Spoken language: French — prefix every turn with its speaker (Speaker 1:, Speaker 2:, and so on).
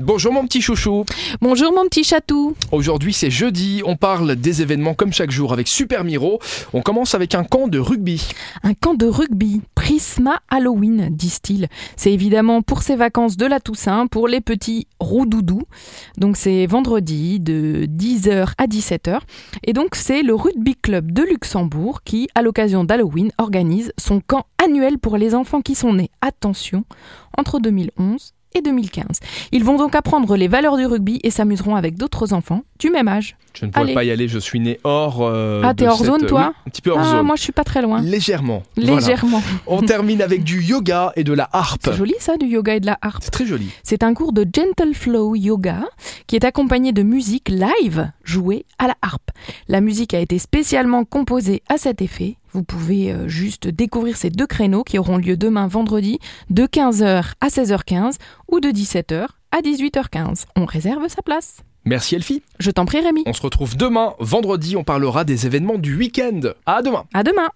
Speaker 1: Bonjour mon petit chouchou.
Speaker 2: Bonjour mon petit chatou.
Speaker 1: Aujourd'hui c'est jeudi, on parle des événements comme chaque jour avec Super Miro. On commence avec un camp de rugby.
Speaker 2: Un camp de rugby, Prisma Halloween, disent-ils. C'est évidemment pour ces vacances de la Toussaint, pour les petits roudoudous. Donc c'est vendredi de 10h à 17h. Et donc c'est le Rugby Club de Luxembourg qui, à l'occasion d'Halloween, organise son camp annuel pour les enfants qui sont nés, attention, entre 2011 et 2015. Ils vont donc apprendre les valeurs du rugby et s'amuseront avec d'autres enfants du même âge.
Speaker 1: Je ne pourrais
Speaker 2: Allez.
Speaker 1: pas y aller, je suis né hors. euh,
Speaker 2: Ah,
Speaker 1: de
Speaker 2: t'es hors
Speaker 1: cette-
Speaker 2: zone, toi
Speaker 1: Oui, Un petit peu hors
Speaker 2: ah,
Speaker 1: zone.
Speaker 2: moi je suis pas très loin.
Speaker 1: Légèrement. Voilà.
Speaker 2: Légèrement.
Speaker 1: On termine avec du yoga et de la harpe.
Speaker 2: C'est joli ça, du yoga et de la harpe.
Speaker 1: C'est très joli.
Speaker 2: C'est un cours de Gentle Flow Yoga qui est accompagné de musique live jouée à la harpe. La musique a été spécialement composée à cet effet. Vous pouvez euh, juste découvrir ces deux créneaux qui auront lieu demain vendredi de 15h à 16h15 ou de 17h à 18h15. On réserve sa place.
Speaker 1: Merci Elfie.
Speaker 2: Je t'en prie Rémi.
Speaker 1: On se retrouve demain, vendredi, on parlera des événements du week-end. À demain.
Speaker 2: À demain.